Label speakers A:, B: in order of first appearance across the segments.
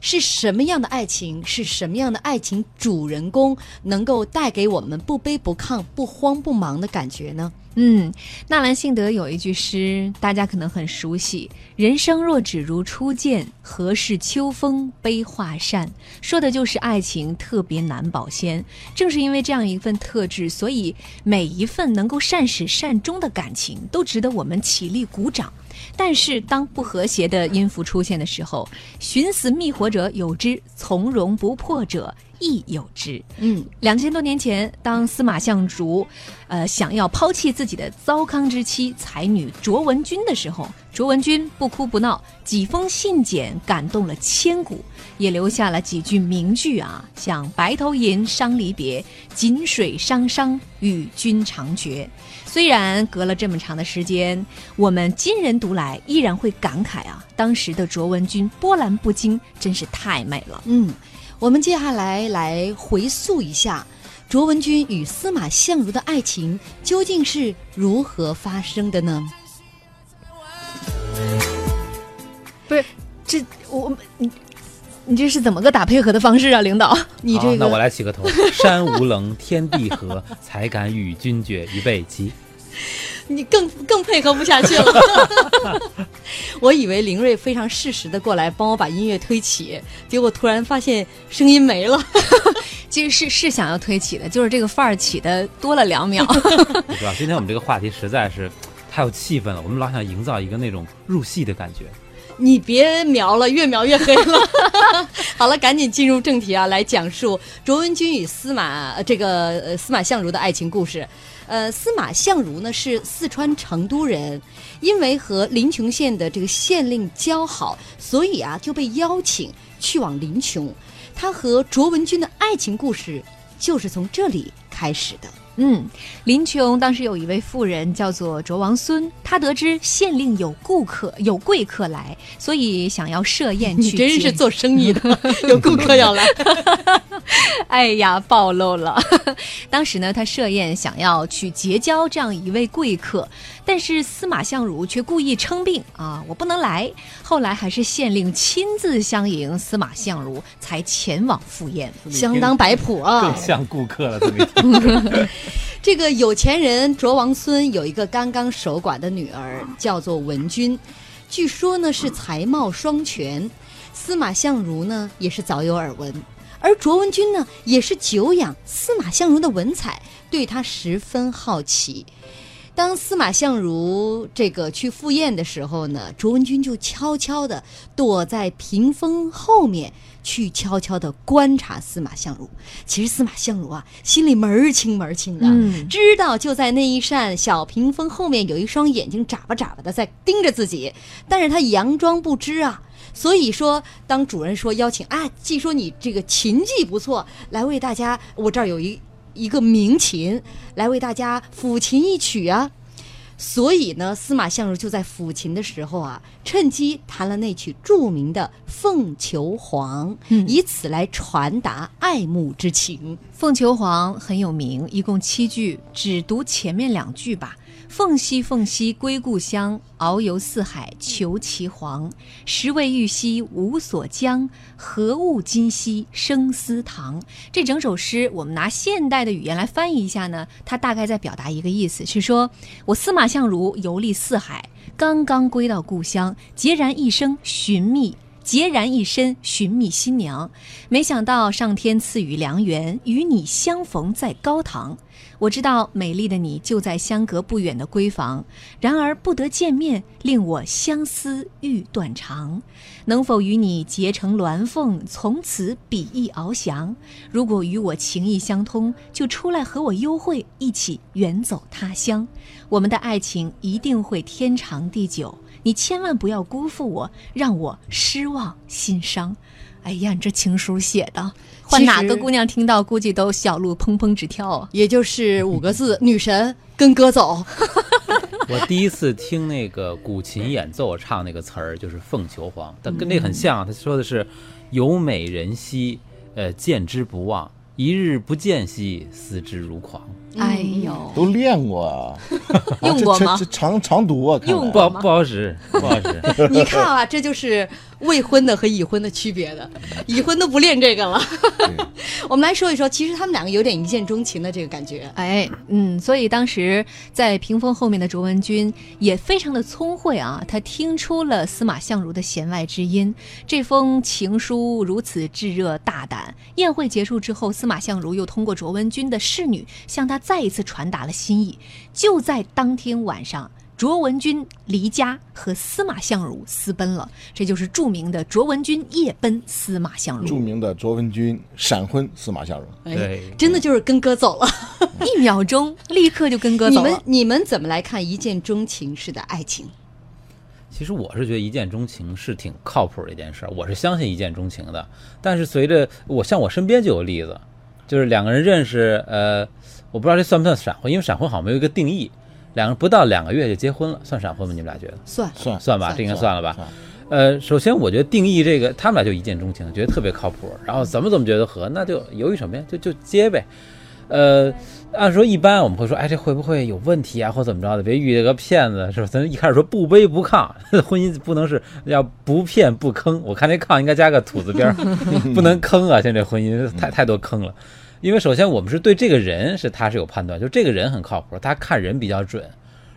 A: 是什么样的爱情，是什么样的爱情主人公能够带给我们不卑不亢、不慌不忙的感觉呢？
B: 嗯，纳兰性德有一句诗，大家可能很熟悉：“人生若只如初见，何事秋风悲画扇。”说的就是爱情特别难保鲜。正是因为这样一份特质，所以每一份能够善始善终的感情，都值得我们起立鼓掌。但是，当不和谐的音符出现的时候，寻死觅活者有之，从容不迫者亦有之。
A: 嗯，
B: 两千多年前，当司马相如，呃，想要抛弃自己的糟糠之妻才女卓文君的时候，卓文君不哭不闹，几封信简感动了千古，也留下了几句名句啊，像“白头吟伤离别，锦水汤汤与君长绝”。虽然隔了这么长的时间，我们今人读来依然会感慨啊，当时的卓文君波澜不惊，真是太美了。
A: 嗯，我们接下来来回溯一下卓文君与司马相如的爱情究竟是如何发生的呢？
B: 不是，这我你你这是怎么个打配合的方式啊，领 导？
A: 你
C: 好
A: 这
C: 那我
A: 个
C: 来起 个头：山无棱，天地合， 才敢与君绝。预备 起！
A: 你更更配合不下去了。 我以为林瑞非常适时的过来帮我把音乐推起，结果突然发现声音没了。
B: 其实是是想要推起的，就是这个范儿起的多了两秒。
C: 你知道，今天我们这个话题实在是太有气氛了，我们老想营造一个那种入戏 的感觉。
A: 你别描了，越描越黑了。 好了，赶紧进入正题啊，来讲述卓文君与司马呃这个呃司马相如的爱情故事。呃，司马相如呢是四川成都人，因为和临邛县的这个县令交好，所以啊就被邀请去往临邛。他和卓文君的爱情故事就是从这里开始的。
B: 嗯，林琼当时有一位妇人叫做卓王孙，她得知县令有顾客有贵客来，所以想要设宴 去
A: 你
B: 接。
A: 真是做生意的，有顾客要来。
B: 哎呀，暴露了。 当时呢，他设宴想要去结交这样一位贵客，但是司马相如却故意称病啊，我不能来。后来还是县令亲自相迎，司马相如才前往赴宴。
A: 相当摆谱啊，
C: 更像顾客了，这么一 听。
A: 这个有钱人卓王孙有一个刚刚守寡的女儿，叫做文君，据说呢是才貌双全。司马相如呢也是早有耳闻，而卓文君呢也是久仰司马相如的文采，对他十分好奇。当司马相如这个去赴宴的时候呢，卓文君就悄悄地躲在屏风后面去悄悄地观察司马相如。其实司马相如啊，心里门儿清门儿清的，
B: 嗯
A: 知道就在那一扇小屏风后面有一双眼睛眨巴眨巴的在盯着自己，但是他佯装不知啊。所以说，当主人说邀请啊，既说你这个琴技不错，来为大家，我这儿有一一个名琴，来为大家抚琴一曲啊。所以呢，司马相如就在抚琴的时候啊，趁机弹了那曲著名的《凤求凰》，
B: 嗯
A: 以此来传达爱慕之情。
B: 凤求凰很有名，一共七句，只读前面两句吧。凤兮凤兮归故乡，遨游四海求其凰。时为玉兮无所将，何物今兮生思堂。这整首诗，我们拿现代的语言来翻译一下呢，它大概在表达一个意思，是说我司马相如游历四海，刚刚归到故乡，孑然一生寻觅。孑然一身寻觅新娘，没想到上天赐予良缘，与你相逢在高堂。我知道美丽的你就在相隔不远的闺房，然而不得见面，令我相思欲断肠。能否与你结成鸾凤，从此比翼翱翔？如果与我情意相通，就出来和我幽会，一起远走他乡。我们的爱情一定会天长地久，你千万不要辜负我，让我失望心伤。哎呀，你这情书写的，换
A: 其
B: 哪个
A: 实
B: 姑娘听到，估计都小鹿砰砰直跳啊！
A: 也就是五个字：女神跟哥走。
C: 我第一次听那个古琴演奏唱那个词儿，就是《凤求凰》，但
A: 嗯
C: 跟那个很像啊。他说的是“有美人兮，呃，见之不忘；一日不见兮，思之如狂。
B: 哎呦，
D: 都练过啊，
B: 用过吗
D: 这这这常常读啊，看来
B: 用”
C: 不
B: 过
C: 好不好使，不好使。
A: 嗯你看啊，这就是未婚的和已婚的区别的，已婚都不练这个了。 我们来说一说，其实他们两个有点一见钟情的这个感觉。
B: 哎，嗯，所以当时在屏风后面的卓文君也非常的聪慧啊，她听出了司马相如的弦外之音。这封情书如此炙热大胆。宴会结束之后，司马相如又通过卓文君的侍女向他再一次传达了心意。就在当天晚上。卓文君离家和司马相如私奔了，这就是著名的卓文君夜奔司马相如。
D: 著名的卓文君闪婚司马相如，
A: 哎
C: 对，
A: 真的就是跟哥走了。
B: 一秒钟，立刻就跟哥
A: 你
B: 走
A: 们
B: 了。
A: 你们怎么来看一见钟情式的爱情？
C: 其实我是觉得一见钟情是挺靠谱的一件事儿，我是相信一见钟情的。但是随着我像我身边就有例子，就是两个人认识，呃，我不知道这算不算闪婚，因为闪婚好像没有一个定义，两个人不到两个月就结婚了，算闪婚吗？你们俩觉得？
A: 算
D: 算
C: 算吧，
A: 算
C: 这应该算了吧。呃，首先我觉得定义这个，他们俩就一见钟情，觉得特别靠谱，然后怎么怎么觉得合，那就犹豫什么呀？就就接呗。呃，按说一般我们会说，哎，这会不会有问题啊，或怎么着的？别遇见个骗子，是吧？咱一开始说不卑不亢， 婚姻不能是要不骗不坑。我看这炕应该加个土字边儿，不能坑啊！现在这婚姻太太多坑了。因为首先我们是对这个人是他是有判断，就这个人很靠谱，他看人比较准。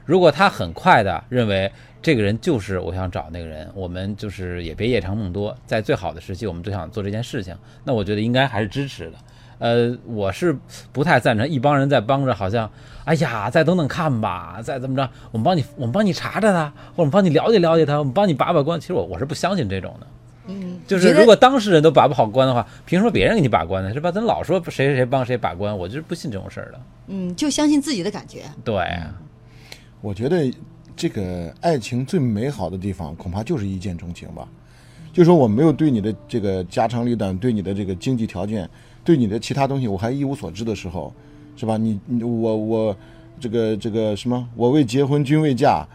C: 如果他很快的认为这个人就是我想找那个人，我们就是也别夜长梦多，在最好的时期我们就想做这件事情，那我觉得应该还是支持的。呃，我是不太赞成一帮人在帮着，好像，哎呀，再等等看吧，再怎么着，我们帮你，我们帮你查查他，或者我们帮你了解了解他，我们帮你把把关。其实我我是不相信这种的。嗯，就是
A: 觉得
C: 如果当事人都把不好关的话，凭什么别人给你把关呢？是吧？咱老说谁谁谁帮谁把关，我就是不信这种事儿的。
A: 嗯，就相信自己的感觉。
C: 对，
D: 我觉得这个爱情最美好的地方，恐怕就是一见钟情吧。就说我没有对你的这个家长里短，对你的这个经济条件，对你的其他东西我还一无所知的时候，是吧？你你我我这个这个什么，我为结婚君未嫁，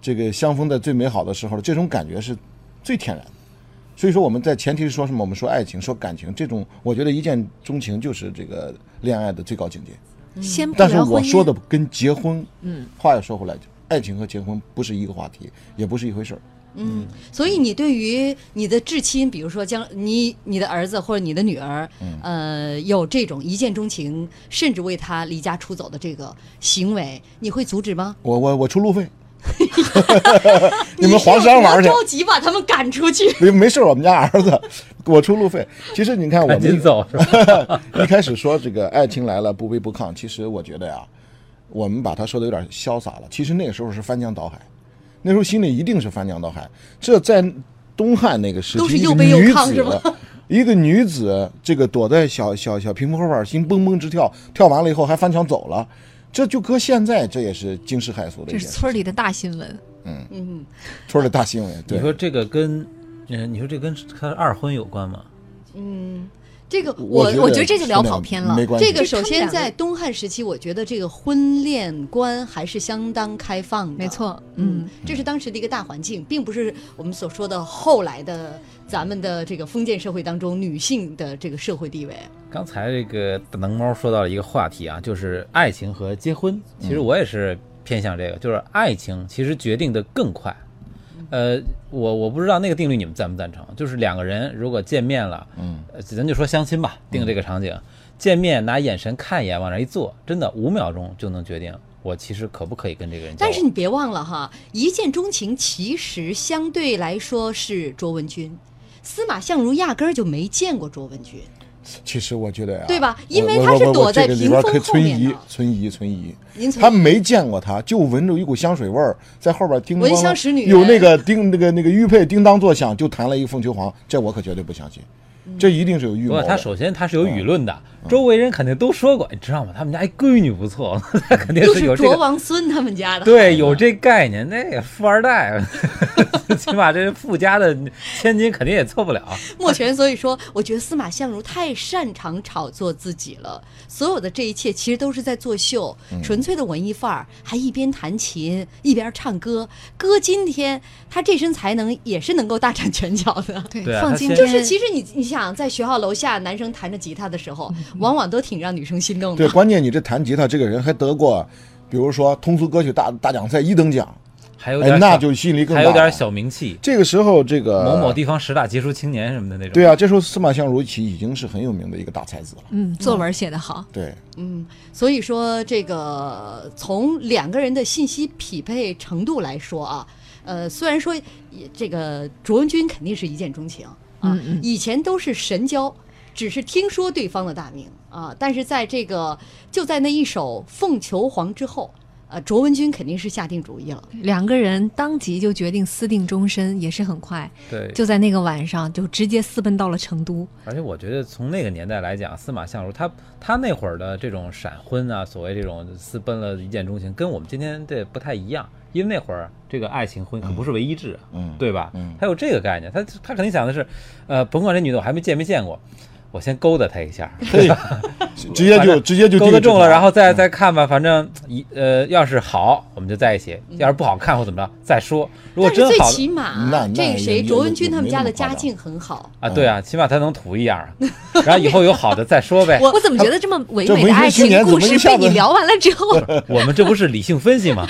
D: 这个相逢在最美好的时候，这种感觉是最天然的。所以说我们在前提是说什么？我们说爱情，说感情，这种我觉得一见钟情就是这个恋爱的最高境界。
B: 先不
D: 但是
B: 聊婚
D: 我
B: 姻
D: 说的跟结婚，嗯，话又说回来，爱情和结婚不是一个话题，也不是一回事儿。
A: 所以你对于你的至亲，比如说将你你的儿子或者你的女儿，
D: 嗯
A: 呃，有这种一见钟情，甚至为他离家出走的这个行为，你会阻止吗？
D: 我我我 出路费，你们黄山
A: 你是不
D: 玩去
A: 是要，着急把他们赶出 去。
D: 没没事儿，我们家儿子，我出路费。其实你看，我
C: 赶紧
D: 们
C: 走是吧？
D: 一开始说这个爱情来了不卑不亢，其实我觉得呀、我们把它说的有点潇洒了。其实那个时候是翻江倒海，那时候心里一定是翻江倒海。这在东汉那个时期，
A: 都是
D: 一
A: 又
D: 个
A: 卑又
D: 女
A: 亢
D: 子
A: 是吗
D: 一个女子，这个躲在小小小屏幕后边，心蹦蹦直跳，跳完了以后还翻墙走了，这就搁现在，这也是惊世骇俗的
B: 这
D: 一件
B: 是
D: 事，
B: 村里的大新闻。
A: 嗯，
D: 村儿的大新闻。对
C: 你，说这个跟，嗯、你说这跟他二婚有关吗？
A: 这个
D: 我
A: 我
B: 我觉得这就聊
D: 真的
B: 跑偏了
D: 没关系。
A: 这个首
B: 这他
A: 先
B: 们两个
A: 在东汉时期，我觉得这个婚恋观还是相当开放的。
B: 没错，嗯
A: 嗯，，这是当时的一个大环境，并不是我们所说的后来的咱们的这个封建社会当中女性的这个社会地位。
C: 刚才这个大能猫说到了一个话题啊，就是爱情和结
D: 嗯
C: 婚。其实我也是偏向这个，就是爱情其实决定的更快。
D: 嗯
C: 呃，我我不知道那个定律你们赞不赞成？就是两个人如果见面了，
D: 嗯
C: 呃，咱就说相亲吧，定这个场景，见面拿眼神看一眼，往那一坐，真的五秒钟就能决定我其实可不可以跟这个人交
A: 但
C: 往。
A: 是你别忘了哈，一见钟情其实相对来说是卓文君。司马相如压根儿就没见过卓文君，
D: 其实我觉得呀、
A: 对吧
D: 我
A: 因为
D: 我
A: 他是
D: 我我
A: 躲在
D: 这个里
A: 屏
D: 边
A: 风
D: 可
A: 后
D: 存
A: 面
D: 疑
A: 的，
D: 存疑，存疑。
A: 您从
D: 他没见过他，就闻着一股香水味儿，在后边叮咣
A: 闻
D: 咣
A: 香识女哎
D: 有那个叮那个那个玉佩叮当作响，就弹了一个凤求凰，这我可绝对不相信，
A: 嗯
D: 这一定是有预
C: 不过
D: 谋的。嗯
C: 他首先他是有舆论的，周围人肯定都说过，你知道吗？他们家哎闺女不错， 他肯定
A: 就是
C: 有
A: 是
C: 这个
A: 卓王孙他们家的。
C: 对，有这概念，那也富二代， 起码这富家的千金肯定也凑不了。
A: 莫权，所以说，我觉得司马相如太擅长炒作自己了。所有的这一切其实都是在作秀，
C: 嗯
A: 纯粹的文艺范儿，还一边弹琴一边唱歌。歌今天他这身才能也是能够大展拳脚的。
B: 对
C: 对啊
B: 放
C: 他
B: 今
C: 先
B: 天
A: 就是其实你你想，在学校楼下男生弹着吉他的时候，往往都挺让女生心动
D: 嗯对，
A: 的。
D: 关键你这弹吉他这个人还得过，比如说通俗歌曲大大奖赛一等奖，
C: 还有点小
D: 哎，那就吸引力更大。
C: 还有点。小名气，
D: 这个时候，这个
C: 某某地方十大杰出青年什么的那种。
D: 对啊，这时候司马相如其已经是很有名的一个大才子了。
B: 嗯，作文写得好，
D: 对，
A: 嗯，所以说这个从两个人的信息匹配程度来说啊，呃，虽然说也这个卓文君肯定是一见钟情啊，
B: 嗯嗯
A: 以前都是神交，只是听说对方的大名啊，但是在这个就在那一首《凤求凰》之后，呃，卓文君肯定是下定主意了。
B: 嗯两个人当即就决定私定终身，也是很快，
C: 对
B: 就在那个晚上就直接私奔到了成都。
C: 而且我觉得从那个年代来讲，司马相如他他那会儿的这种闪婚啊，所谓这种私奔了一见钟情，跟我们今天这不太一样，因为那会儿这个爱情婚可不是唯一制啊，
D: 嗯，
C: 对吧？
D: 嗯
C: 他有这个概念，他他肯定想的是，呃，甭管这女的我还没见没见过，我先勾搭她一下，
D: 嘿，直接
C: 反
D: 就
C: 正
D: 直 接就嗯
C: 勾搭中了，然
D: 后
C: 后再再看吧，反正一呃，要是好我们就在一起，要是不好看或怎么着再说。如果
A: 嗯但是
C: 真
A: 最
C: 好的
A: 起
D: 那
A: 码，
D: 那
A: 这个
D: 也
A: 谁，
D: 也
A: 卓
D: 也
A: 文君
D: 也
A: 他们
D: 没
A: 家
D: 那
A: 的
D: 么夸
A: 家
D: 张
A: 境很好，
C: 啊，对
D: 嗯
C: 啊，起码他能图 一样啊，然后以后有好的再说呗。
B: 我我怎么觉得这么唯
D: 哎这
B: 美
D: 文
B: 的
D: 学
B: 爱
D: 青
B: 情
D: 年
B: 故
D: 怎么
B: 事
D: 一下
B: 被你
D: 子
B: 聊完了之后，
C: 我们这不是理性分析吗？